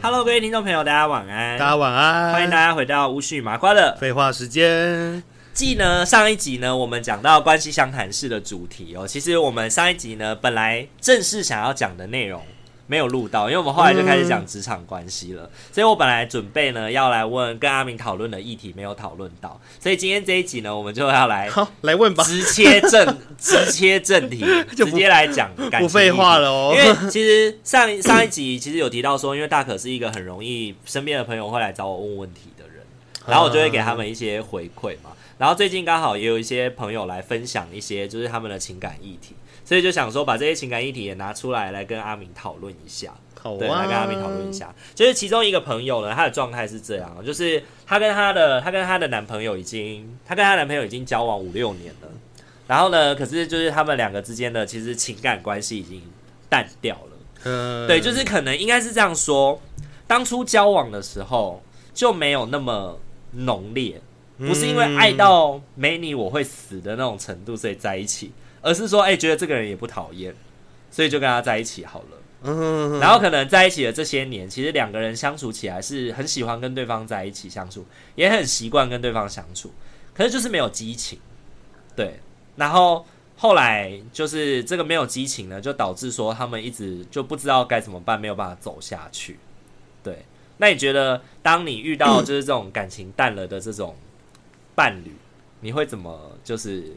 Hello，各位听众朋友，大家晚安。大家晚安。欢迎大家回到巫师与麻瓜的。废话时间，继呢上一集呢，我们讲到关系相谈式的主题哦。其实我们上一集呢，本来正式想要讲的内容没有录到，因为我们后来就开始讲职场关系了。所以我本来准备呢要来问跟阿明讨论的议题，没有讨论到。所以今天这一集呢，我们就要 来好来问吧。直切正 直切正题， 就直不接来讲感情议题，不废话了哦因为其实上一上一集其实有提到说，因为大可是一个很容易身边的朋友会来找我问问题的人，然后我就会给他们一些回馈嘛。然后最近刚好也有一些朋友来分享一些就是他们的情感议题，所以就想说把这些情感议题也拿出来来跟阿明讨论一下。好对，啊，来跟阿明讨论一。下。就是其中一个朋友呢，她的状态是这样，就是她跟她的她跟她的男朋友已经，她跟她男朋友已经交往五六年了。然后呢，可是就是他们两个之间的其实情感关系已经淡掉了。嗯对，就是可能应该是这样说，当初交往的时候就没有那么浓烈，不是因为爱嗯到没你我会死的那种程度，所以在一起，而是说哎、觉得这个人也不讨厌，所以就跟他在一起好了。嗯然后可能在一起的这些年，其实两个人相处起来是很喜欢跟对方在一起相处，也很习惯跟对方相处，可是就是没有激情。对，然后后来就是这个没有激情呢，就导致说他们一直就不知道该怎么办，没有办法走下去。对，那你觉得当你遇嗯到就是这种感情淡了的这种伴侣，你会怎么就是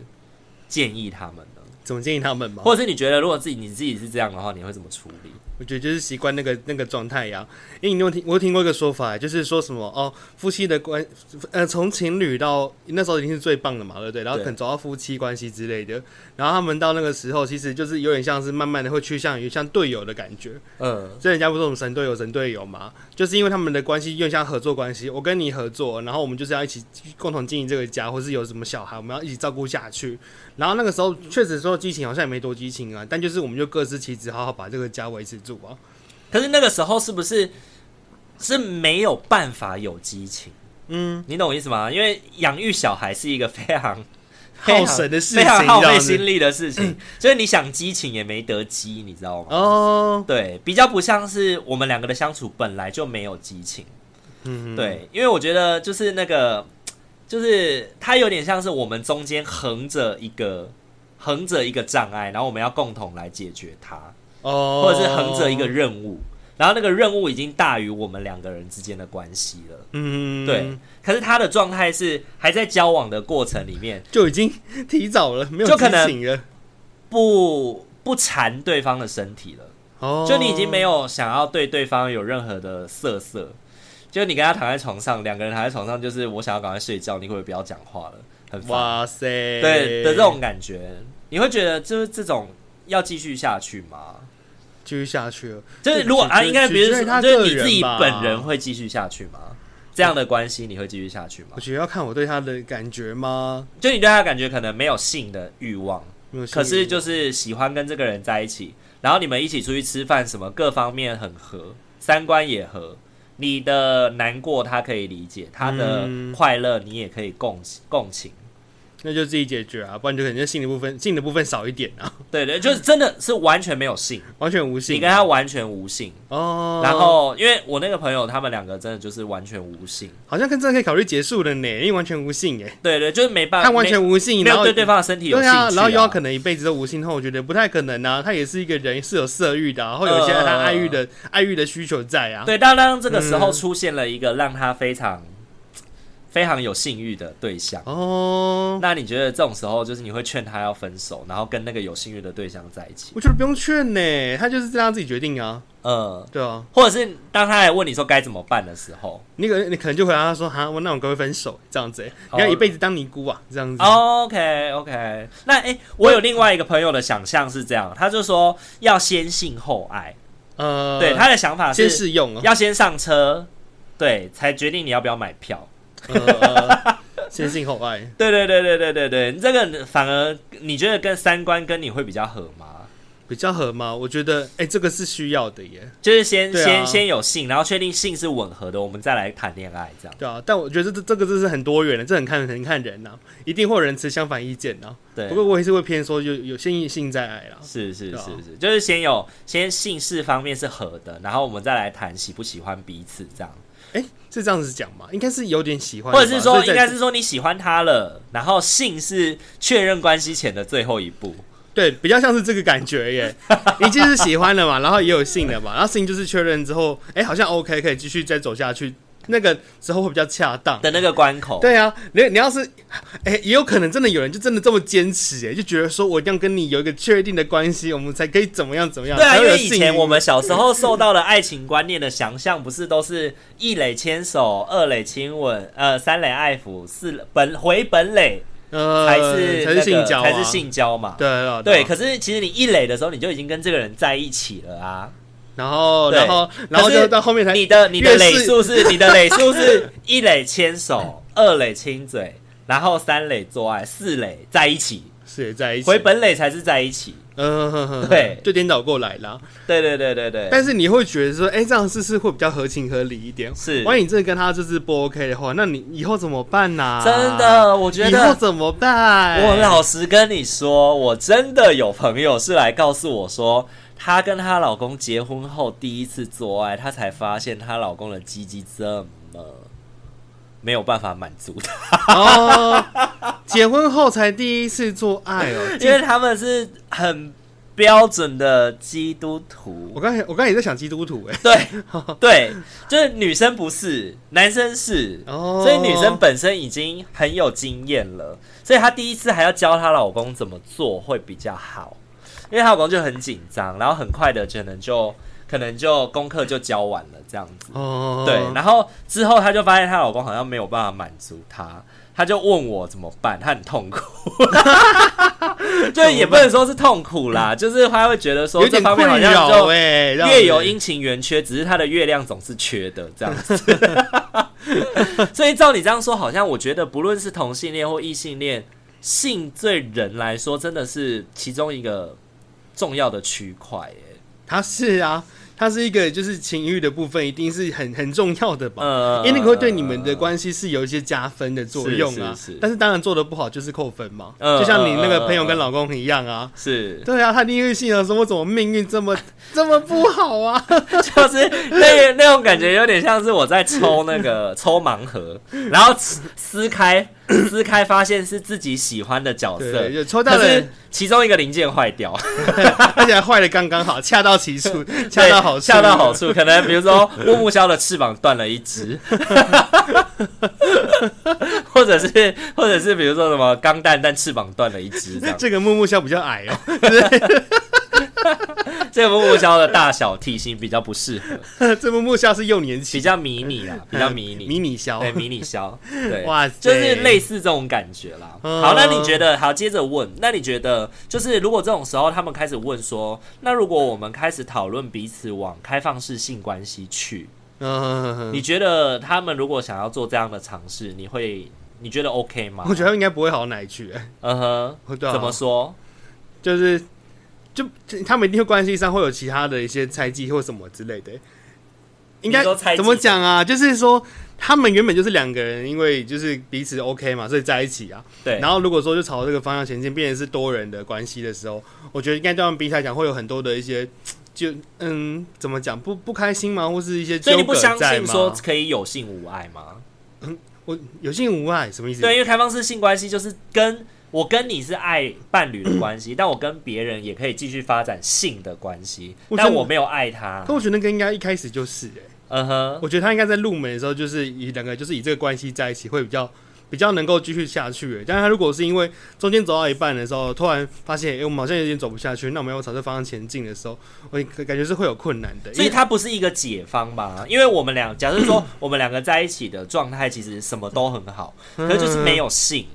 建议他们呢？怎么建议他们嘛？或者是你觉得如果自己你自己是这样的话，你会怎么处理？我觉得就是习惯那个那个状态呀。因为你有听我有听过一个说法，就是说什么哦，夫妻的关呃，从情侣到那时候已经是最棒的嘛，对不对？然后对可能走到夫妻关系之类的，然后他们到那个时候，其实就是有点像是慢慢的会趋向于像队友的感觉。嗯。所以人家不是我们神队友、神队友嘛，就是因为他们的关系又像合作关系，我跟你合作，然后我们就是要一起共同经营这个家，或是有什么小孩，我们要一起照顾下去。然后那个时候确实说激情好像也没多激情啊，但就是我们就各司其职，好好把这个家维持住啊。可是那个时候是不是是没有办法有激情？嗯，你懂我意思吗？因为养育小孩是一个非 常耗神的事情，非常耗费这样心子力的事情，所以你想激情也没得激，你知道吗？嗯哦，对，比较不像是我们两个的相处本来就没有激情。嗯，对，因为我觉得就是那个，就是它有点像是我们中间横着一个横着一个障碍，然后我们要共同来解决它。哦，或者是横着一个，任务，然后那个任务已经大于我们两个人之间的关系了。嗯，对，，可是他的状态是还在交往的过程里面，就已经提早了，没有就可能激情了，不不缠对方的身体了，哦，就你已经没有想要对对方有任何的色色，就你跟他躺在床上，两个人躺在床上，就是我想要赶快睡觉，你可不可以不要讲话了？很烦，哇塞，对的这种感觉，你会觉得就是这种要继续下去吗？继续下去了，就是如果啊，取决应该比如取决于说，他就是个你自己人吧本人会继续下去吗？这样的关系你会继续下去吗我？觉得要看我对他的感觉吗？就你对他的感觉可能没有性的欲望，没有吸可引是力就是喜欢跟这个人在一起，然后你们一起出去吃饭，什么各方面很合，三观也合，你的难过他可以理解，他的嗯快乐你也可以共共情，那就自己解决啊，不然就可能就性的部分，性的部分少一点啊， 对对，就是真的是完全没有性，完全无你性跟他完全无性。哦。然后，因为我那个朋友，他们两个真的就是完全无性，好像跟这个可以考虑结束了呢，因为完全无性耶，对对，就是没办法， 他完全无性，没没然有后对对方的身体有对兴趣、啊，然后又要可能能一辈子都无性后，我觉得不太可能啊。他也是一个人，是有色欲的、啊，然后有一些他爱欲的、爱欲的需求在啊。对，当当这个时嗯候出现了一个让他非常、非常有性欲的对象，哦，那你觉得这种时候，就是你会劝他要分手，然后跟那个有性欲的对象在一起？我觉得不用劝呢，他就是让他自己决定啊。呃，对啊，或者是当他来问你说该怎么办的时候，你可你可能就回答他说：“哈，我那我跟会分手这样子、欸，你要一辈子当尼姑啊，这样子。” OK OK，那诶、我有另外一个朋友的想象是这样，他就说要先性后爱，呃，对他的想法先是试用啊，要先上车，对，才决定你要不要买票。 呃先性后爱。对对对对对对对，这个反而你觉得跟三观跟你会比较合吗？比较合吗？我觉得，哎、这个是需要的耶，就是先、对啊先先有性，然后确定性是吻合的，我们再来谈恋爱这样。对啊。但我觉得这这个真是很多元的，这很看很看人呐、啊一定会有人持相反意见呐、对，不过我也是会偏说有有先性再爱啦。是是对啊是是，就是先有先性事方面是合的，然后我们再来谈喜不喜欢彼此这样，哎、是这样子讲吗？应该是有点喜欢的吧，或者是说所以在应该是说你喜欢他了，然后性是确认关系前的最后一步。对，比较像是这个感觉 耶。你就是喜欢了嘛，然后也有性了嘛，然后性就是确认之后，哎、好像 OK，可以继续再走下去，那个时候会比较恰当。的那个关口，对啊，你你要是，哎、也有可能真的有人就真的这么坚持，哎，就觉得说我一定要跟你有一个确定的关系，我们才可以怎么样怎么样。对啊，才因会有为以性前欲我们小时候受到的爱情观念的想象，不是都是一垒牵手，二垒亲吻，呃，三垒爱抚，四垒本回本垒呃才是、那才是个性交、啊，才是，性交嘛。对啊啊对，啊可是其实你一垒的时候，你就已经跟这个人在一起了啊。然后对然后然后可是就到后面才你的你的越垒是数是你的垒数 是一垒牵手，二垒亲嘴，然后三垒做爱，四垒在一起，是在一起回本垒才是在一起。嗯，哼哼哼对就颠倒过来啦。对对对对对。但是你会觉得说，哎、这样是不是会比较合情合理一点？是万一你真的跟他就是不 OK 的话，那你以后怎么办呢、真，的，我觉啊以后得怎么办？我老实跟你说，我真的有朋友是来告诉我说，她跟她老公结婚后第一次做爱，她才发现她老公的鸡鸡这么没有办法满足她， 哦，结婚后才第一次做爱哦。因为他们是很标准的基督我徒。刚才我刚才也在想基督徒哎、 对对，就是女生不是，男生是。哦，所以女生本身已经很有经验了，所以她第一次还要教她老公怎么做会比较好，因为她老公就很紧张，然后很快的可能就可能就功课就教完了这样子。哦，对，然后之后她就发现她老公好像没有办法满足她，她就问我怎么办，她很痛 苦，就也不能说是痛苦啦，就是她会觉得说有这点方面好困像扰就哎、让月有人阴晴圆缺，只是他的月亮总是缺的这样子。 所以照你这样说，好像我觉得不论是同性恋或异性恋，性对人来说真的是其中一个重要的区块耶。它是啊，它是一个就是情欲的部分，一定是很很重要的吧。呃哦因为那个会对你们的关系是有一些加分的作用啊，是是是但是当然做的不好就是扣分嘛，嗯就像你那个朋友嗯嗯跟老公一样啊。是，对啊，他另一性的时候，我怎么命 运这么这么不好啊？就是那那种感觉，有点像是我在抽那 个抽盲盒，然后撕撕开撕开，发现是自己喜欢的角色对，，就抽到可了是，其中一个零件坏掉。 而且还坏的刚刚好，恰到其处，恰到好处，恰到好。处。可能比如说木木枭的翅膀断了一只， 或者是或者是比如说什么钢蛋但翅膀断了一只这样。 这个木木笑比较矮哦， 这个木木枭的大小体型比较不适合，这木木笑是幼年比期，较迷你啦，比较迷嗯你。迷你笑，对迷你枭，对，哇塞就是类似这种感觉啦。嗯好，那你觉得？好，接着问，那你觉得，就是如果这种时候他们开始问说，那如果我们开始讨论彼此往开放式性关系去， 嗯，你觉得他们如果想要做这样的尝试，你会你觉得 OK 吗？我觉得他应该不会好到哪里去，哎嗯哼，对啊怎么说？就是就就他们一定会关系上会有其他的一些猜忌或什么之类的。应该你说猜忌怎么讲啊？就是说，他们原本就是两个人，因为就是彼此 OK 嘛，所以在一起啊。对，然后如果说就朝这个方向前进，变成是多人的关系的时候，我觉得应该对他们彼此来讲会有很多的一些，就嗯，怎么讲不不开心吗？或是一些所以纠你不葛相在信说吗？可以有性无爱吗？我有性无爱什么意思？对，因为开放式性关系就是跟我跟你是爱伴侣的关系，但我跟别人也可以继续发展性的关系，我觉得但我没有爱他可。我觉得那个应该一开始就是、欸，嗯哼，我觉得他应该在入门的时候，就是以两个就是以这个关系在一起，会比较比较能够继续下去欸。但是他如果是因为中间走到一半的时候，突然发现，哎、我们好像有点走不下去，那我们要朝这方向前进的时候，我感觉是会有困难的。所以因为它不是一个解方吧？因为我们俩，假设 说我们两个在一起的状态其实什么都很好，嗯可是就是没有性，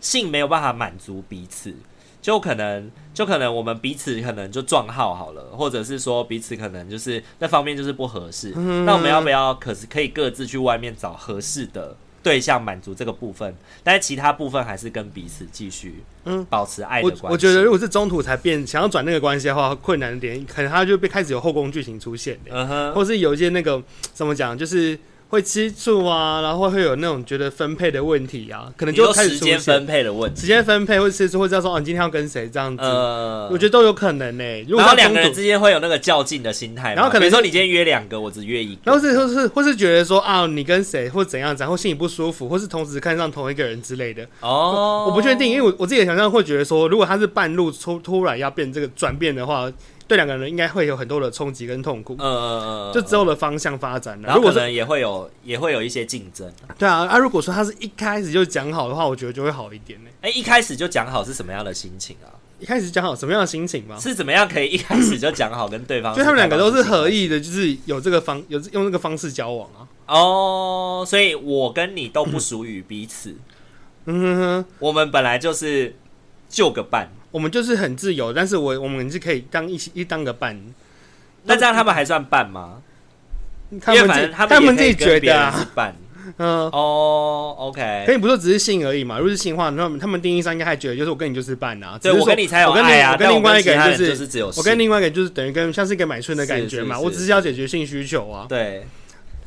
性没有办法满足彼此，就可能就可能我们彼此可能就撞号好了，或者是说彼此可能就是那方面就是不合适。嗯那我们要不要可是可以各自去外面找合适的对象满足这个部分，但是其他部分还是跟彼此继续嗯保持爱的我关系。我觉得如果是中途才变想要转那个关系的话，困难点可能他就被开始有后宫剧情出现、欸嗯哼，或是有一些那个怎么讲，就是会吃醋啊，然后会有那种觉得分配的问题啊，可能你就说会开时始出现间分配的问题，时间分配，或是吃醋，或者说哦，你今天要跟谁这样子。呃，我觉得都有可能呢、欸如果然后他两个人中途之间会有那个较劲的心态嘛，然后可能比如说你今天约两个，我只约一个，然后是或是或是觉得说啊，你跟谁或怎样，然后心里不舒服，或是同时看上同一个人之类的，哦，我不确定，因为我我自己的想象会觉得说，如果他是半路突突然要变这个转变的话，对两个人应该会有很多的冲击跟痛苦，呃，呃，呃就之后的方向发展了。嗯然后如果可是能也会有也会有一些竞争。对啊啊，如果说他是一开始就讲好的话，我觉得就会好一点呢、欸哎，一开始就讲好是什么样的心情啊？一开始讲好什么样的心情吗？是怎啊么样可以一开始就讲好跟对 方？就啊他们两个都是合意的，就是有这个方有用这个方式交往啊。哦，所以我跟你都不属于彼此，嗯哼哼。我们本来就是就个伴。我们就是很自由，但是我我们是可以当一起一当个伴，那这样他们还算伴吗？他因为们反自正们也己们自可以己跟觉别得人是啊，伴嗯，哦可，OK，以不说只是性而已嘛，如果是性的话，那么他们定义上应该还觉得就是我跟你就是伴啊，对只是我说跟你才有我跟爱啊，我跟但另外一其个他人人就就是只有我跟性另外一个人就是等于跟像是一个买春的感觉嘛，是是我只是要解决性需求啊，对，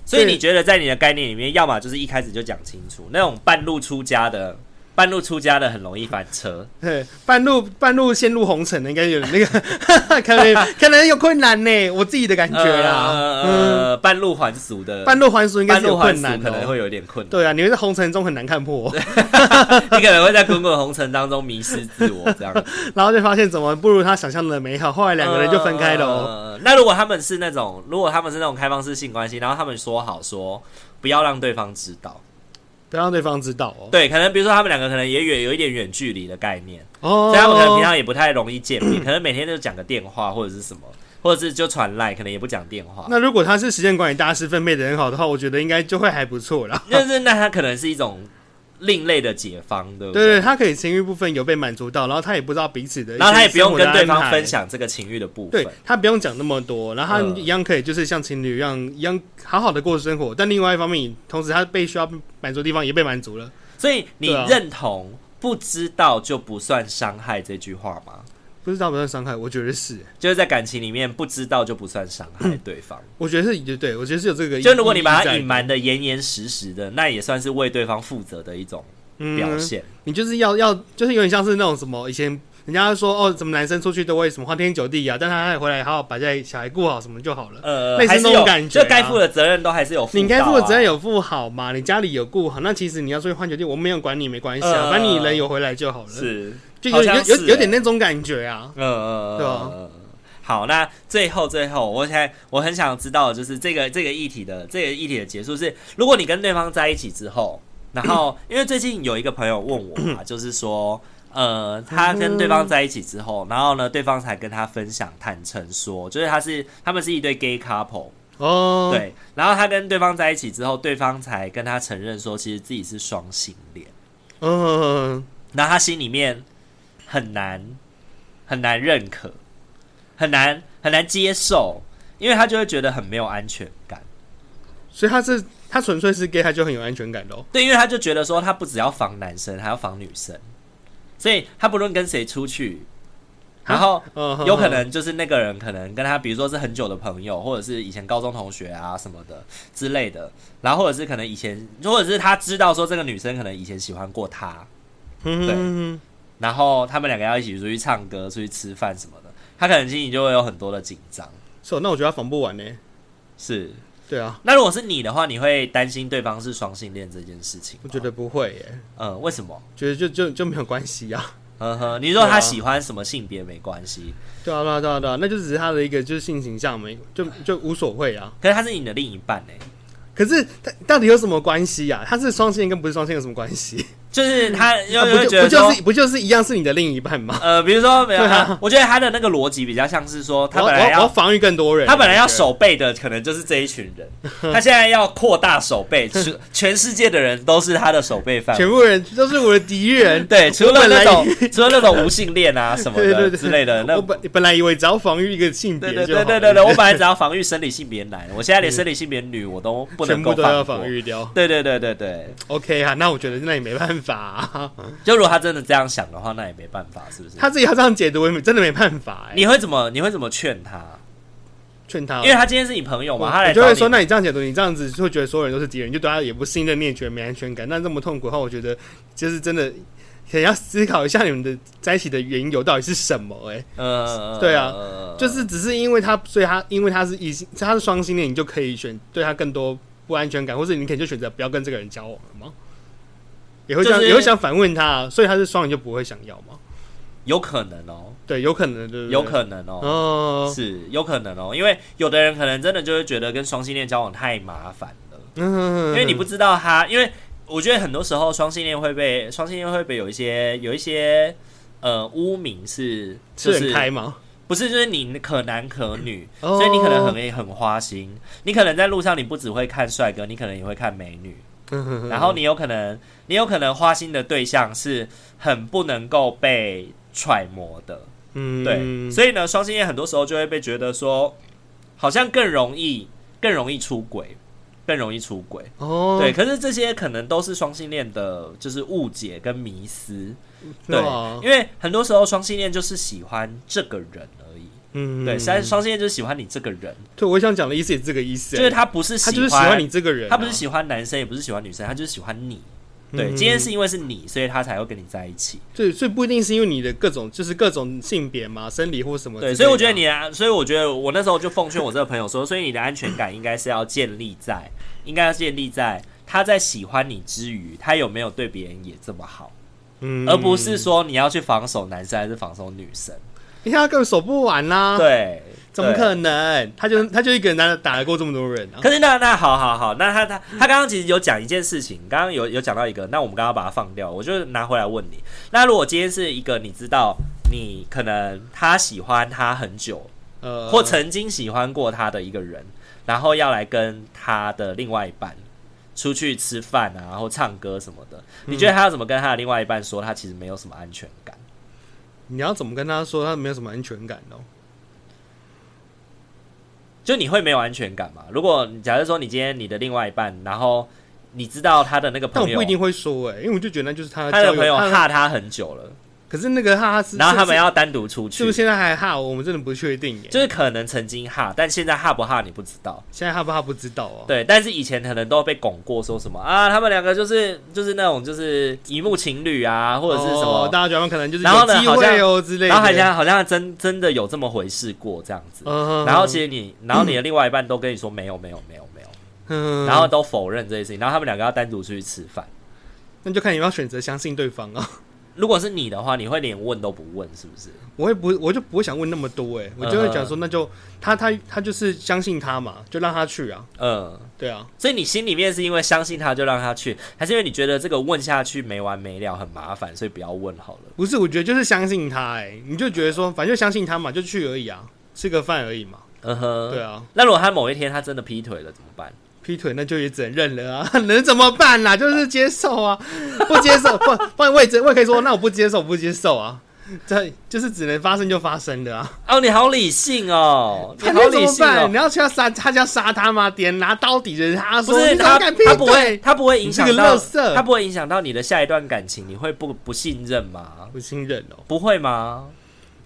所以你觉得在你的概念里面，要么就是一开始就讲清楚，那种半路出家的，半路出家的很容易翻车。对，半路半路陷入红尘的应该有那个， 可能可能有困难呢，我自己的感觉啦，嗯，呃，半路还俗的，半路还俗应该半是有路还俗困难可能哦，会有点困难，对啊，你会在红尘中很难看破， 你可能会在滚滚红尘当中迷失自我这样子。然后就发现怎么不如他想象的美好，后 来两个人就分开了哦。呃那如果他们是那种，如果他们是那种开放式性关系，然后他们说好说不要让对方知道，不要让对方知道哦。对，可能比如说他们两个可能也远有一点远距离的概念。哦，所以他们可能平常也不太容易见面，可 能每天就讲个电话或者是什么，或者是就传赖，可能也不讲电话。那如果他是时间管理大师，分配的很好的话，我觉得应该就会还不错啦。就是那他可能是一种另类的解放， 对不对对，他可以情欲部分有被满足到，然后他也不知道彼此的，然后他也不用跟对方分。享这个情欲的部分对。他不用讲那么多，然后他嗯一样可以就是像情侣一样一样好好的过生活，但另外一方面，同时他被需要满足的地方也被满足了。所以你对啊认同不知道就不算伤害这句话吗？不知道不算伤害，我觉得是，就是在感情里面，不知道就不算伤害对方。我觉得是，对我觉得是有这个意义就在的。如果你把它隐瞒的严严实实的，那也算是为对方负责的一种嗯表现。你就是要要，就是有点像是那种什么以前人家说哦，怎么男生出去都会什么花天酒地啊，但他还回来好好把家小孩顾好什么就好了。呃，类似还是那种有感觉啊就该负的责任都还是有负到啊。你该负的责任有负好嘛？你家里有顾好，那其实你要出去换酒店，我没有管你，没关系啊，呃反正你人有回来就好了。，是，就有好有像是有有欸点那种感觉啊。呃，对啊好，那最后最后，我现在我很想知道，就是这个这个议题的这个议题的结束是，如果你跟对方在一起之后，然 后因为最近有一个朋友问我嘛，就是说，呃，他跟对方在一起之后，然后呢，对方才跟他分享坦诚说，就是他是他们是一对 gay couple，哦，，对，然后他跟对方在一起之后，对方才跟他承认说，其实自己是双性恋。嗯，然后他心里面很难很难认可，很难很难接受，因为他就会觉得很没有安全感。所以他是他纯粹是 gay，他就很有安全感哦咯。对，因为他就觉得说他不只要防男生，还要防女生，所以他不论跟谁出去，然后嗯哼有可能就是那个人可能跟他，比如说是很久的朋友，或者是以前高中同学啊什么的之类的，然后或者是可能以前，或者是他知道说这个女生可能以前喜欢过他，嗯哼然后他们两个要一起出去唱歌、出去吃饭什么的，他可能心里就会有很多的紧张。是哦，那我觉得他防不完呢、是，对啊，那如果是你的话，你会担心对方是双性恋这件事情吗？我觉得不会耶、嗯，为什么？觉得就就就没有关系啊。呵呵，你说对啊他喜欢什么性别没关系，对啊，对啊，对啊，对啊，那就只是他的一个就是性形象没，就就无所谓啊。可是他是你的另一半欸呢、可是他到底有什么关系呀、啊？他是双性跟不是双性有什么 关系？就是他又啊不又觉就不得说就，是不就是一样是你的另一半吗？呃，比如说没有，对啊他我觉得他的那个逻辑比较像是说， 他我本要我来要我要要防御更多人，他本来要我觉得守备的可能就是这一群人，他现在要扩大守备，全全世界的人都是他的守备范围。。全部人都是我的敌人 对，除了本那来种 除了那种无性恋啊什么对对的对之类的，那我本本来以为只要防御一个性别对就对好对对对对，我本来只要防御生理性别男，我现在连生理性别女我嗯都不能 全够部都过要防。御掉。对对对对对， OK 啊，那我觉得那也没办法、啊， 就如果他真的这样想的话，那也没办法，是不是？他自己要这样解读，我也真的没办法、欸。你会怎么你会怎么劝他？劝他，因为他今天是你朋友嘛，哦他我来就找会你说，那你这样解读，你这样子会觉得所有人都是敌人，就对他也不信任，你也觉得没安全感。那这么痛苦的话，我觉得就是真的。可能要思考一下你们的在一起的缘由到底是什么、欸？呃，对啊呃就是只是因为他，所以他因为他是异性，他是双性恋，你就可以选对他更多不安全感，或者你可能就选择不要跟这个人交往了吗？也会这样，就是也会想反问他、啊所以他是双，你就不会想要吗？有可能哦，对，有可能，对不对？有可能哦，哦，是有可能哦，因为有的人可能真的就会觉得跟双性恋交往太麻烦了，嗯，因为你不知道他，因为我觉得很多时候双性恋会被双性恋会被有一些有一些呃污名是吃就很是开吗？不是就是你可男可女，哦所以你可能很很花心，你可能在路上你不只会看帅哥，你可能也会看美女。嗯然后你有可能，你有可能花心的对象是很不能够被揣摩的，嗯，对，所以呢，双性恋很多时候就会被觉得说，好像更容易更容易出轨，更容易出轨。哦，对，可是这些可能都是双性恋的，就是误解跟迷思。对，哇因为很多时候双性恋就是喜欢这个人而已。嗯，对，三双性恋就是喜欢你这个人，对，我想讲的意思也是这个意思，哎就是他不是他喜就是喜欢你这个人啊，他不是喜欢男生，也不是喜欢女生，他就是喜欢你。对，嗯今天是因为是你，所以他才会跟你在一起。对，所以不一定是因为你的各种就是各种性别嘛、生理或什哦么之对，类的，所以我觉得你啊，所以我觉得我那时候就奉劝我这个朋友说，所以你的安全感应该是要建立在，应该要建立在他在喜欢你之余，他有没有对别人也这么好，嗯，而不是说你要去防守男生还是防守女生。你看他根本守不完啦，，对，怎么对可能？他就他就一个人打打得过这么多人啊？可是那那好好好，那他他他刚刚其实有讲一件事情，刚刚有有讲到一个，那我们刚刚把它放掉，我就拿回来问你。那如果今天是一个你知道你可能他喜欢他很久，呃，或曾经喜欢过他的一个人，然后要来跟他的另外一半出去吃饭啊，然后唱歌什么的，你觉得他要怎么跟他的另外一半说他其实没有什么安全感？你要怎么跟他说他没有什么安全感哦？就你会没有安全感吗？如果假设说你今天你的另外一半，然后你知道他的那个朋但我友不一。定会说哎，因为我就觉得那就是他他的交友朋友他的怕他很久了，可是那个哈哈是，然后他们是要单独出是去，是不是现在还哈？我们真的不确定哎耶，就是可能曾经哈，但现在哈不哈你不知道。现在哈不哈不知道哦。对，但是以前可能都被拱过，说什么啊，他们两个就是就是那种就是一幕情侣啊，或者是什哦么，大家觉得可能就是然后呢有机会哦之类的，然后好像好像真真的有这么回事过这样子。嗯，然后其实你，然后你的另外一半都跟你说没有没有没有没有，嗯，然后都否认这件事情，然后他们两个要单独出去吃饭。那就看你要不要选择相信对方啊。 如果是你的话，你会连问都不问，是不是？我会不，我就不会想问那么多哎、嗯我就会讲说，那就他他他就是相信他嘛，就让他去啊，嗯，对啊，所以你心里面是因为相信他就让他去，还是因为你觉得这个问下去没完没了很麻烦，所以不要问好了？不是，我觉得就是相信他哎、你就觉得说，反正就相信他嘛，就去而已啊，吃个饭而已嘛，嗯哼，对。啊，那如果他某一天他真的劈腿了怎么办？劈腿那就也只能认了啊， 能怎么办啦、就是接受啊，不接受不不然我也只我也可以说，那我不接受，我不接受啊。这就是只能发生就发生的啊，哦，你好理性哦，你那好怎理么性办？哦你。要去要杀他，就要杀他吗？点拿刀抵着他不说，是你怎他么敢劈他不会腿？他不会影响你是个到垃圾他不会影响到你的下一段感情，你会不不信任吗？不信任哦，不会吗？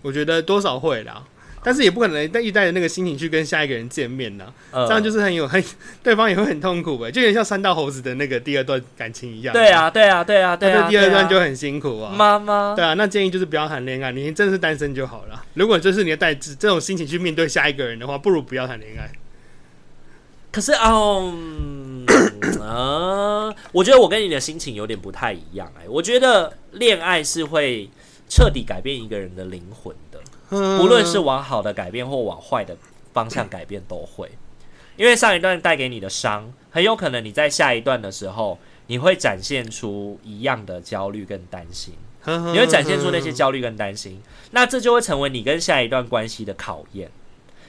我觉得多少会啦，但是也不可能带一带着那个心情去跟下一个人见面呐，呃这样就是很有很，对方也会很痛苦呗、就有点像三道猴子的那个第二段感情一样。对，啊，对啊，对啊，对那啊，这第二段对就啊很辛苦啊。妈妈对啊，那建议就是不要谈恋爱，你真的是单身就好了。如果就是你要带这这种心情去面对下一个人的话，不如不要谈恋爱。可是啊，嗯 啊，我觉得我跟你的心情有点不太一样哎、我觉得恋爱是会彻底改变一个人的灵魂的，嗯不论是往好的改变或往坏的方向改变都会，因为上一段带给你的伤，很有可能你在下一段的时候，你会展现出一样的焦虑跟担心。你你会展现出那些焦虑跟担心，那这就会成为你跟下一段关系的考验。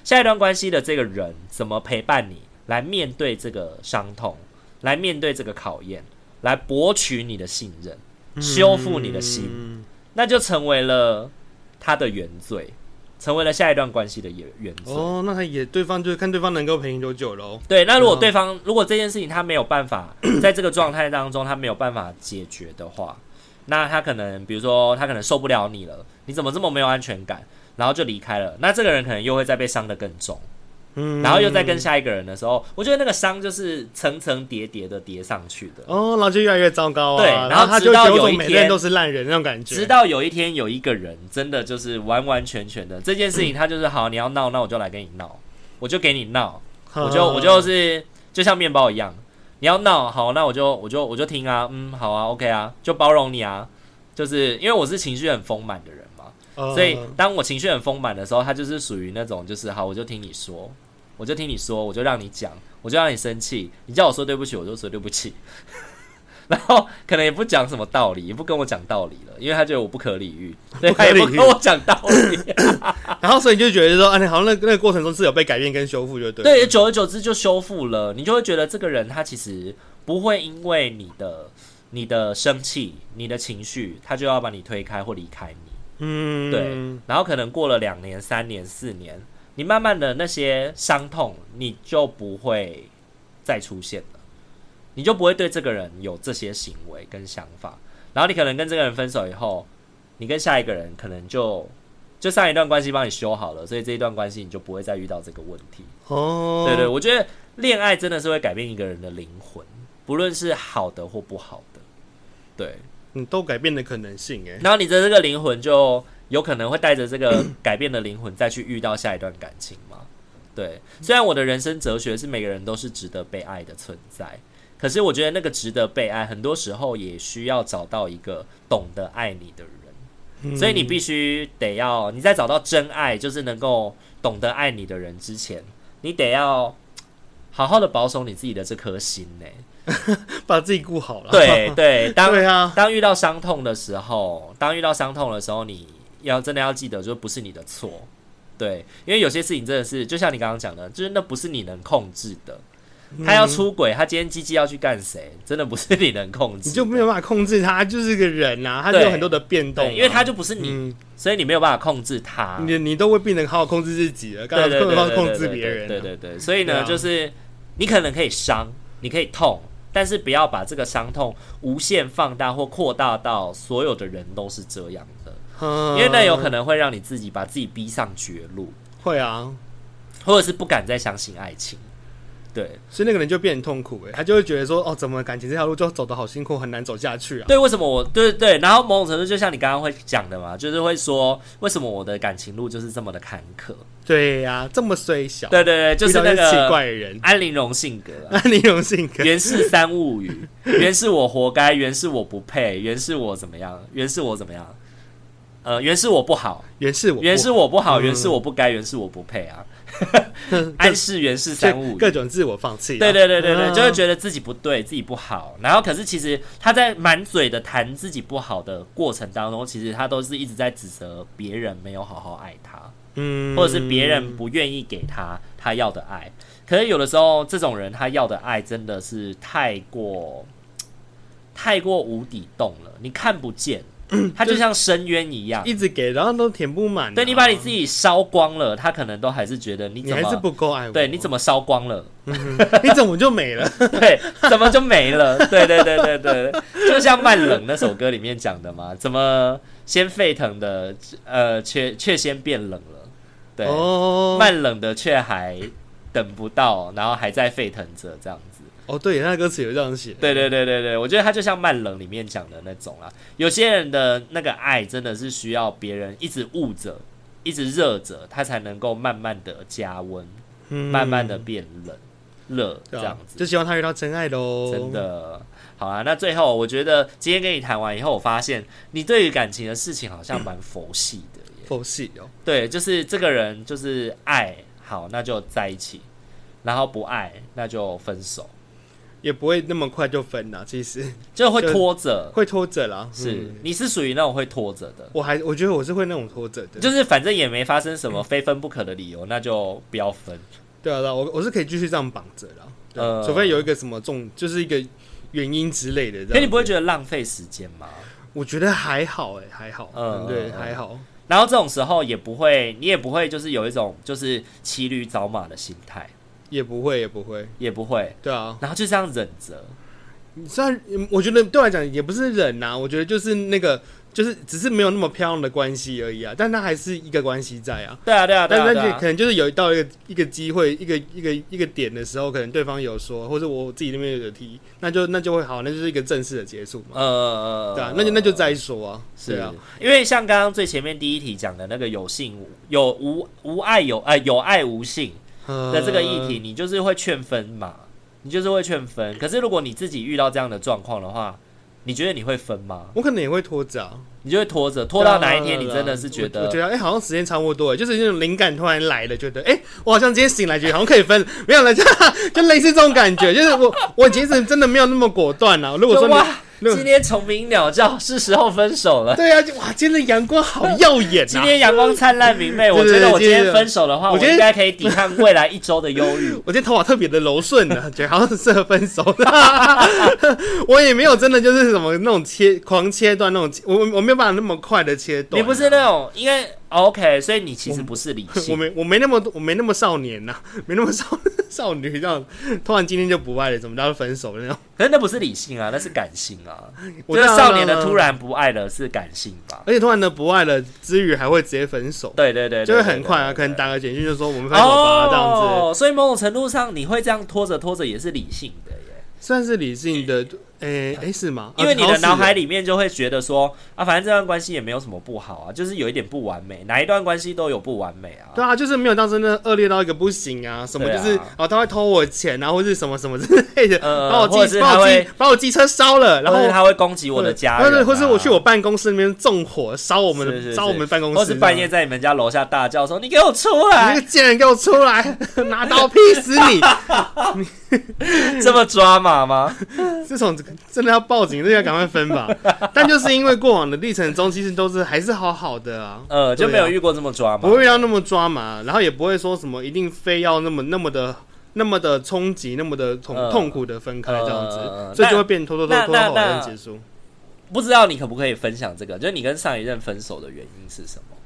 下一段关系的这个人怎么陪伴你，来面对这个伤痛，来面对这个考验，来博取你的信任，修复你的心，嗯那就成为了他的原罪，成为了下一段关系的原原罪。哦，那他也对方就是看对方能够陪你多久喽。对，那如果嗯对方、如果这件事情他没有办 法在这个状态当中他没有办法解决的话，那他可能比如说他可能受不了你了，你怎么这么没有安全感，然后就离开了，那这个人可能又会再被伤得更重，嗯然后又再跟下一个人的时候，我觉得那个伤就是层层叠叠的叠上去的，哦，然后就越来越糟糕啊。对然然后他直就到有有种一每个天人都是烂人那种感觉。直到有一天有一个人真的就是完完全全的这件事情，他就是好，你要闹，那我就来跟你闹，我就给你闹，呵呵，我就我就是就像面包一样，你要闹好，那我就我就我就听啊，嗯，好啊，OK 啊，就包容你啊，就是因为我是情绪很丰满的人嘛，呃，所以当我情绪很丰满的时候，他就是属于那种就是好，我就听你说，我就听你说，我就让你讲，我就让你生气，你叫我说对不起，我就说对不起。 然后可能也不讲什么道理，也不跟我讲道理了，因为他觉得我不可理喻，对，不可他也不理喻跟我讲道理。然后所以你就觉得说，啊，你好像那那个过程中是有被改变跟修复，就对。对，，久而久之就修复了，你就会觉得这个人他其实不会因为你的你的生气、你的情绪，他就要把你推开或离开你。嗯，对，然后可能过了两年、三年、四年，你慢慢的那些伤痛，你就不会再出现了，你就不会对这个人有这些行为跟想法。然后你可能跟这个人分手以后，你跟下一个人可能就就上一段关系帮你修好了，所以这一段关系你就不会再遇到这个问题。哦，对对，我觉得恋爱真的是会改变一个人的灵魂，不论是好的或不好的。对，你都改变的可能性哎。然后你的这个灵魂就有可能会带着这个改变的灵魂再去遇到下一段感情嘛？对，虽然我的人生哲学是每个人都是值得被爱的存在，可是我觉得那个值得被爱，很多时候也需要找到一个懂得爱你的人。所以你必须得要，你在找到真爱，就是能够懂得爱你的人之前，你得要好好的保守你自己的这颗心呢、把自己顾好了。对对，当对啊，当遇到伤痛的时候，当遇到伤痛的时候，你要真的要记得，就不是你的错。对，因为有些事情真的是，就像你刚刚讲的，就是那不是你能控制的。嗯他要出轨，他今天鸡鸡要去干谁，真的不是你能控制的。你就没有办法控制他，就是个人呐、啊，他就对有很多的变动啊、对，因为他就不是你，啊嗯，所以你没有办法控制他。你你都会变得好好控制自己了，刚才更何况控制别人、啊。对对对，所以对呢，啊就是你可能可以伤，你可以痛，但是不要把这个伤痛无限放大或扩大到所有的人都是这样的，嗯因为那有可能会让你自己把自己逼上绝路，会啊，或者是不敢再相信爱情。对所以那个人就变得很痛苦哎、他就会觉得说，哦，怎么感情这条路就走得好辛苦，很难走下去啊。对，为什么我对对，然后某种程度就像你刚刚会讲的嘛，就是会说为什么我的感情路就是这么的坎坷？对呀、这么虽小，对对对，就是那哦遇到一些奇个怪的人， 安陵容性格、啊，那你有性格，原是三物语，原是我活该，原是我不配，原是我怎么样，原是我怎么样，呃，原是我不好，原是我，原是我不好，嗯原是我不该，原是我不配 啊！安是原是三物就语，各种自我放弃啊、对对对对对，嗯就会觉得自己不对，自己不好。然后可是其实他在满嘴的谈自己不好的过程当中，其实他都是一直在指责别人没有好好爱他。嗯或者是别人不愿意给他他要的爱。可是有的时候，这种人他要的爱真的是太过太过无底洞了，你看不 见，他就像深渊一样。一直给，然后都填不满啊、对你把你自己烧光了，他可能都还是觉得你你怎还是么不够爱我，对你怎么烧光了？么 你怎么就没了？ 对，怎么 就没了？对对对对对，就像慢冷那首歌里面讲的嘛，怎么先沸腾的，呃，却却先变冷了， 对，哦，慢冷的却还等不到，然后还在沸腾着这样子。哦，对，他的歌词有这样写，对对对对对，我觉得他就像慢冷里面讲的那种啦。有些人的那个爱真的是需要别人一直捂着，一直热着，他才能够慢慢的加温，嗯慢慢的变冷、热这对啊样子。就希望他遇到真爱喽。真，的。好啊，那最后我觉得今天跟你谈完以后，我发现你对于感情的事情好像蛮佛系的 耶。佛系哦，对，就是这个人就是爱好，那就在一起；然后不爱，那就分手，也不会那么快就分啦，其 实就会拖着。会拖着啦。是，嗯你是属于那种会拖着的，我还我觉得我是会那种拖着的，就是反正也没发生什么非分不可的理由，那就不要分。对啊，对啊我我是可以继续这样绑着啦，对啊呃除非有一个什么重，就是一个原因之类的这样。可你不会觉得浪费时间吗？我觉得还好哎、还好，嗯嗯，对，嗯还好，然后这种时候也不会，你也不会就是有一种就是骑驴找马的心态，也不会，也不会，也不会。对啊。然后就这样忍着，虽然嗯我觉得对我来讲也不是忍呐、啊我觉得就是那个，就是只是没有那么漂亮的关系而已啊，但它还是一个关系在啊。对啊，对啊，对但啊，但对是啊可能就是有到一个一个机会，一个一个一个点的时候，可能对方有说，或者我自己那边有提，那就那就会好，那就是一个正式的结束嘛。呃，对啊，那就那就再说啊，是对啊，，因为像刚刚最前面第一题讲的那个有性无有无无爱有呃有爱无性的那这个议嗯题，，你就是会劝分嘛，你就是会劝分。可是如果你自己遇到这样的状况的话，你觉得你会分吗？我可能也会拖着啊，你就会拖着，拖到对啊哪一天对啊你对啊真的是觉我我觉得得哎、好像时间差不多了，就是那种灵感突然来了，觉得哎、我好像今天醒来，觉得好像可以分，没有了，就 就类似这种感觉，就是我我其实真的没有那么果断啊。如果就说哇你，如今果天虫鸣鸟叫，是时候分手 了。对啊，就哇，今天的阳光好耀眼今啊！天阳光灿烂明媚，我觉对对得我今今天天分手的话，我我今天应该可以抵抗未来一周的忧郁。我今天头发特别的柔顺呢， 觉得好像是适合分手的。 我也没有真的就是什么那种切狂切断那种，我我我没有办法那么快的切断啊。你不是那种，因为 OK，所以你其实不是理 我性，没我没那么我没那么少年呐、 没那么少少女这样，突然今天就不爱了，怎么着就分手了那种。可是那不是理性啊，那是感性啊。我就是知道少年的突，知道然不爱了是感性吧？而且突然的不爱了之余，还会直接分手，对对对，对就会很快啊，对对对可能打个简讯就说我们分手吧、这样子，哦，所以某种程度上你会这样拖着拖着也是理性的耶，算是理性的，诶、诶、是吗？因为你啊的脑海，好像是里面就会觉得说啊，反正这段关系也没有什么不好啊，就是有一点不完美，哪一段关系都有不完美啊耶。对啊，就是没有到真的恶劣到一个不行啊，什么对就啊是、哦他会偷我钱啊，或是什么什么之类的，呃把我或者机是把他我会机把我机车烧了，然或后是他会攻击我的家人、或啊，者或是我去我办公室那边纵火烧我们是是的是烧我们办公室，或是半夜在你们家楼下大叫说：“你给我出这样。来你 那个贱人给我出来，拿刀劈死你！！”这么抓马吗？这种真的要报警，这要赶快分吧。但就是因为过往的历程中，其实都是还是好好的啊，呃，就没有对啊遇过这么抓马不。会要那么抓马，然后也不会说什么一定非要那么那么的那么的冲击，那么的痛、呃痛苦的分开这样子，呃所以就会变拖拖拖那拖到好那像结束不知道你可不可以分享这个？就是你跟上一任分手的原因是什么？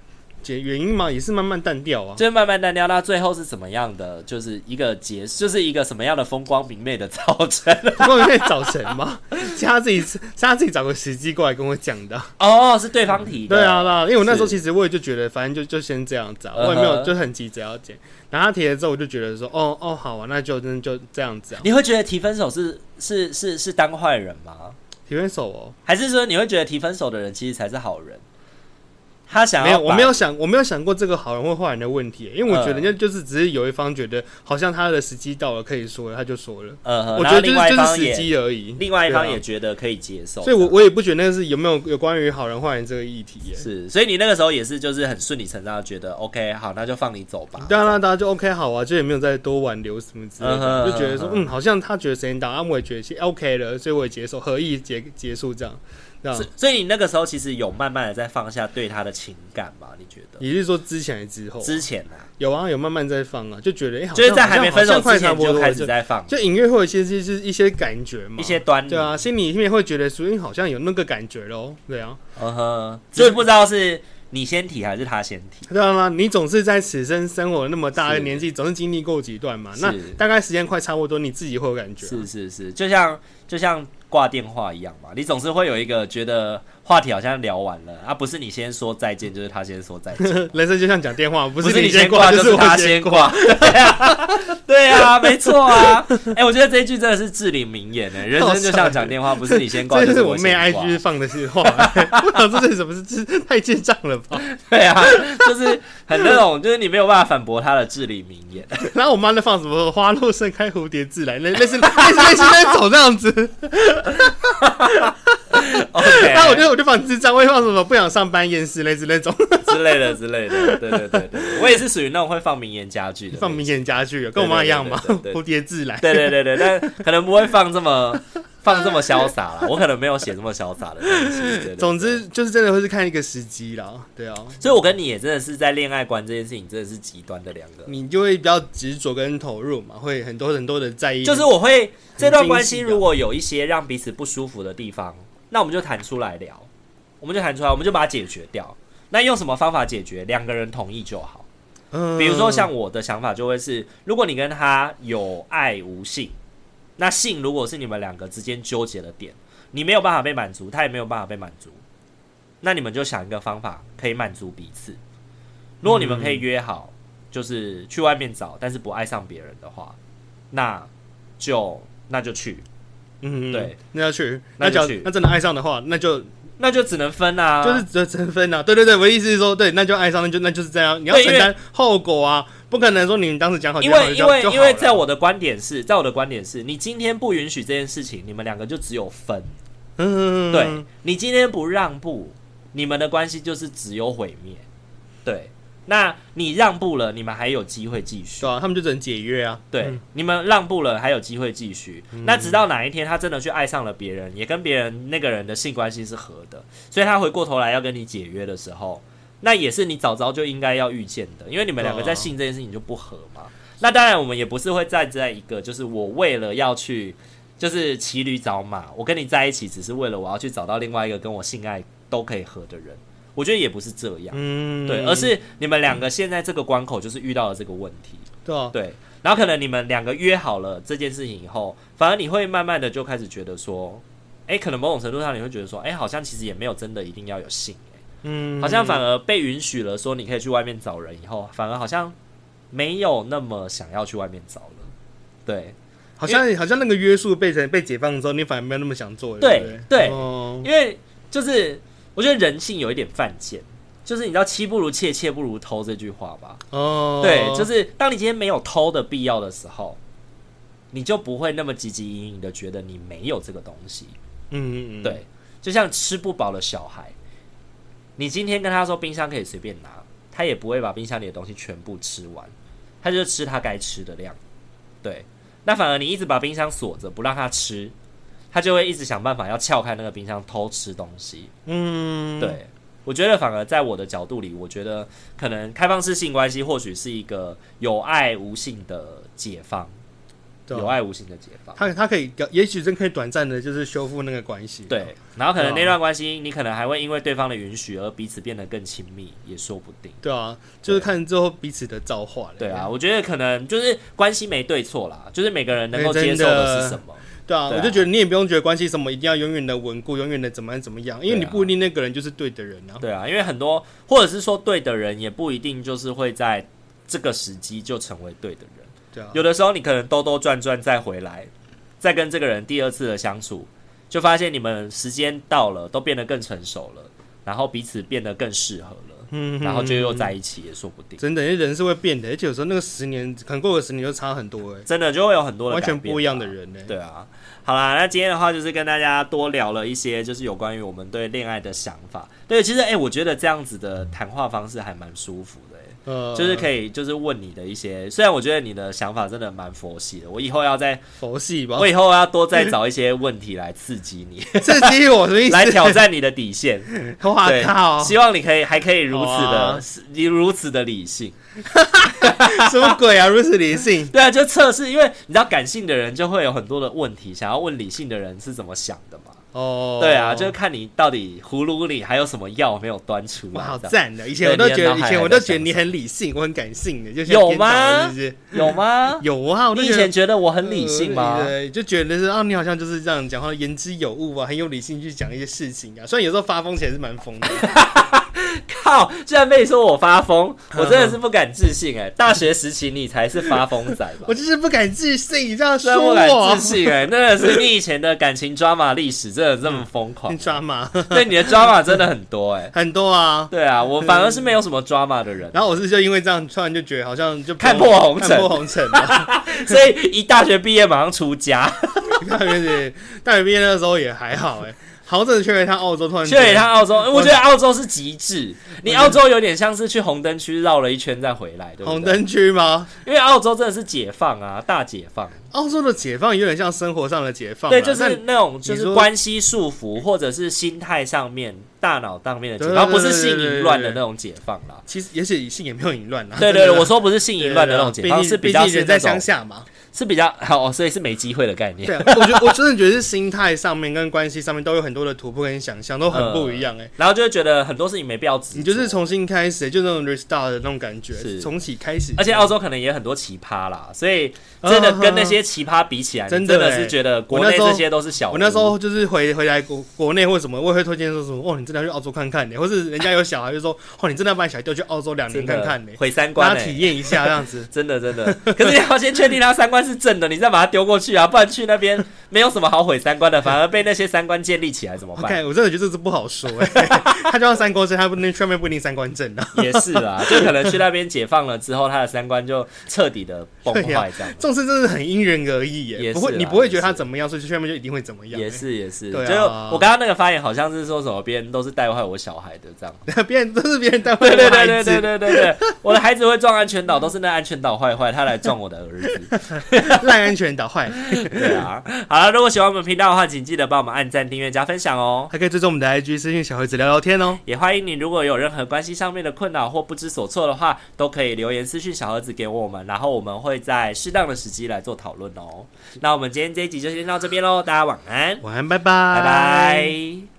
结原因嘛，也是慢慢淡掉啊。就是慢慢淡掉，到最后是怎么样的？就是一个结，就是一个什么样的风光明媚的早晨？ 不过可以找谁嘛？是他自己是他自己找个时机过来跟我讲的啊。哦，是 对方提的。对啊，对啊，因为我那时候是其实我也就觉得，反正就就先这样子啊，嗯哼我也没有就很急着要剪。然后他提了之后，我就觉得说，哦哦，好啊，那就真的就这样子啊， 你会觉得提分手是是是是当坏人吗？提分手哦。还是说你会觉得提分手的人其实才是好人？他想要没有，我把没有想，我没有想过这个好人或坏人的问题，因为我觉得嗯人家就是只是有一方觉得好像他的时机到了，可以说了，他就说了。呃，我觉然后得就另是外一就是方时也机而已，另外一方对啊也觉得可以接受，所以我我也不觉得那个是有没有有关于好人坏人这个议题耶。是，所以你那个时候也是就是很顺理成章，觉得 OK 好，那就放你走吧。当然，大家就 OK 好啊，就也没有再多挽留什么之类嗯哼的，就觉得说嗯，哼嗯，好像他觉得时间到，啊，我也觉得是 OK 了，所以我也接受，合意结结束这样，这样所。所以你那个时候其实有慢慢的在放下对他的情感嘛？你觉得？你是说之前还是之后？之前啊，有啊，有慢慢在放啊，就觉得哎，好像就是在还没分手好像快之差前不多就了开始在放就隐约会有一些些就是一些感觉嘛，一些嗯端倪，对啊，心里面会觉得说，嗯，好像有那个感觉咯，对啊，嗯哼，就是不知道是你先提还是他先提。对啊，你总是在此生生活那么大的是年纪，总是经历过几段嘛，是那大概时间快差不多，你自己会有感觉啊，是是是，就像就像挂电话一样嘛，你总是会有一个觉得话题好像聊完了啊，不是你先说再见，就是他先说再见，人生就像讲电话，不不你你先挂，就是我他先先。 挂。对啊，对啊，没错啊。哎、我觉得这一句真的是至理名言呢、欸人生就像讲电话，不是你先挂，这就就是是我妹先挂 IG 放的是话， 我想说这是什么事？这太智障了吧！对啊，就是很那种，就是你没有办法反驳他的至理名言。然后我妈在放什么“花落盛开，蝴蝶自来”，类类似类似类似那种这 样子。 OK， 然后我就我就放智障，我也放什么不想上班厌世，类似那种之类的之类的，对对对对，我也是属于那种会放名言佳句的，放明显家具，跟我妈一样嘛，对对对对对蝴蝶自来。对对对对，但可能不会放这么放这么潇洒啦，我可能没有写这么潇洒的东西。对对对总之就是真的会是看一个时机啦，对啊，所以我跟你也真的是在恋爱观这件事情，真的是极端的两个。你就会比较执着跟投入嘛，会很多很多的在意，就是我会这段关很系精细的如果有一些让彼此不舒服的地方，那我们就谈出来聊，我们就谈出来，我们就把它解决掉。那用什么方法解决？两个人同意就好。嗯比如说像我的想法就会是，如果你跟他有爱无性，那性如果是你们两个之间纠结的点，你没有办法被满足，他也没有办法被满足，那你们就想一个方法可以满足彼此。如果你们可嗯以约好，就是去外面找，但是不爱上别人的话，那就那就去，嗯，对，那要去，那那就就去那真的爱上的话，那就那就只能分啊。就是折成分啊，对对对，我的意思是说，对，那就爱上，那就那就是这样，你要对因承为担后果啊，不可能说你当时讲好，因讲好为就因为就好因为了在我的观点是，在我的观点是，你今天不允许这件事情，你们两个就只有分。嗯，对你今天不让步，你们的关系就是只有毁灭。对，那你让步了，你们还有机会继续对。啊，他们就只能解约啊，对，嗯你们让步了，还有机会继续。那直到哪一天他真的去爱上了别人，也跟别人那个人的性关系是合的，所以他回过头来要跟你解约的时候，那也是你早早就应该要预见的，因为你们两个对啊在性这件事情就不合嗯嘛。那当然，我们也不是会站在一个就是我为了要去就是骑驴找马，我跟你在一起只是为了我要去找到另外一个跟我性爱都可以合的人，我觉得也不是这样，嗯，对，而是你们两个现在这个关口就是遇到了这个问题，对啊，对，然后可能你们两个约好了这件事情以后，反而你会慢慢的就开始觉得说，哎，可能某种程度上你会觉得说，哎，好像其实也没有真的一定要有性、嗯，好像反而被允许了说你可以去外面找人以后，反而好像没有那么想要去外面找了，对，好像好像那个约束被成被解放之后，你反而没有那么想做，对对不对哦因为就是我觉得人性有一点犯贱，就是你知道“妻不如妾，妾不如偷”这句话吧？哦，对，就是当你今天没有偷的必要的时候，你就不会那么汲汲营营的觉得你没有这个东西。嗯嗯嗯，对，就像吃不饱的小孩，你今天跟他说冰箱可以随便拿，他也不会把冰箱里的东西全部吃完，他就吃他该吃的量。对，那反而你一直把冰箱锁着不让他吃，他就会一直想办法要撬开那个冰箱偷吃东西。嗯，对，我觉得反而在我的角度里，我觉得可能开放式性关系或许是一个有爱无性的解放，对啊有爱无性的解放。他他可以，也许真可以短暂的，就是修复那个关系。对，然后可能对啊那段关系，你可能还会因为对方的允许而彼此变得更亲密，也说不定。对啊，就是看最后彼此的造化了。对啊，，我觉得可能就是关系没对错啦，就是每个人能够对接真受的是的什么。对啊，对啊我就觉得你也不用觉得关系什么一定要永远的稳固，永远的怎么样怎么样，因为你对啊不一定那个人就是对的人啊。对啊，因为很多或者是说对的人，也不一定就是会在这个时机就成为对的人。对啊，有的时候你可能兜兜转转再回来，再跟这个人第二次的相处，就发现你们时间到了，都变得更成熟了，然后彼此变得更适合了，嗯然后就又在一起也说不定。真的，因为人是会变的，而且有时候那个十年，可能过个十年就差很多哎、真的就会有很多的完全改变不一样吧的人呢、欸对啊，好啦，那今天的话就是跟大家多聊了一些，就是有关于我们对恋爱的想法。对，其实哎、我觉得这样子的谈话方式还蛮舒服的、欸，呃，就是可以就是问你的一些，虽然我觉得你的想法真的蛮佛系的，我以后要 再，佛系吧我，以后要多再找一些问题来刺激 你，刺激我什么意思？来挑战你的底 线。哇对啊靠，希望你可以还可以如此好的啊，你、如此的理性。 什么鬼啊？如此理性，对啊，就测试，因为你知道感性的人就会有很多的问题，想要问理性的人是怎么想的嘛。哦，对啊，就是看你到底葫芦里还有什么药没有端出来。哇，好这样赞啊的！以前对我都你的觉得，脑以海前还我都在觉得想你什很理性，我很感性的，就像有颠倒了吗是不是？有吗？有啊，我都你以觉得前觉得我很理性吗？呃对，就觉得是啊，你好像就是这样讲话，言之有物啊，很有理性去讲一些事情啊。虽 然有时候发疯起来是蛮疯的， 靠！居然被你说我发疯，我真的是不敢置信哎、大学时期你才是发疯仔吧 我？就是不敢置信，你这样真说的啊不我敢置，信哎、真的是你以前的感情 drama 历史真的这么疯狂 你？抓嘛对你的 drama 真的很多哎、很多啊。对啊，我反而是没有什么 drama 的 人，然后我是就因为这样，突然就觉得好像就看破红看尘破红尘啊嘛。所以一大学毕业马上出家， 大学毕业大学毕业那时候也还好哎、欸，好整确认他澳洲突然去了一趟澳洲，我觉得澳洲是极致。你澳洲有点像是去红灯区绕了一圈再回来，对不对？红，灯区吗？因为澳洲真的是解放啊，大解放。澳洲的解放有点像生活上的解放啦，啊对，就但是那种就你是说关系束缚，或者是心态上面、大脑上面的解对放，对而不是对对性对对淫乱的那种解放啦。其实也许性也没有淫乱啦。对真对，的我说不是性对对淫乱的那种解对放，毕竟是比毕较竟是人在那乡种下嘛。是比较 好，所以是没机会的概念对。啊，我觉得我真的觉得是心态上面跟关系上面都有很多的突破跟想象，都很不一样哎、然后就会觉得很多事情嗯没必要执着你就是重新开始、就那种 restart 的那种感觉，是重启开始。而且澳洲可能也很多奇葩啦，所以真的跟那些奇葩比起来，嗯真你的真欸的是觉得国我那内时候这些都是小。我那时候就是回回来国国内或什么，我也会推荐说什么哦，你真的要去澳洲看看呢、或是人家有小孩就说 哦，你真的要把你小孩丢去澳洲两年真看的看呢、 欸，毁三让观他欸。体验一下这样子 真的真的，可是你要先确定他三观是正的，你再把他丢过去啊，不然去那边没有什么好毁三观的，反而被那些三观建立起来怎么办？ OK，我真的觉得这是不好说、欸，他就要三观正，他不能上面不一定三观正啊。 也是啦，就可能去那边解放了之后，他的三观就彻底的崩坏，这样、这种事真的很因人而异耶、也是不会啦你不会觉得也是他怎么样，所以去上面 就一定会怎么样、欸。也 是也是。对啊就是我刚刚那个发言好像是说什么别人都是带坏我小孩的 这样。别人都是别人带坏对对我的对 孩对子对对对对，我的孩子会撞安全岛，都是那安全岛坏坏，他来撞我的儿子。烂安全岛坏，对啊，好了，如果喜欢我们频道的话，请记得帮我们按赞、订阅、加分享哦。还可以追踪我们的 IG 私信小盒子聊聊天哦。也欢迎你，如果有任何关系上面的困扰或不知所措的话，都可以留言私讯小盒子给我们，然后我们会在适当的时机来做讨论哦。那我们今天这一集就先到这边喽，大家晚安，晚安，拜拜，拜拜。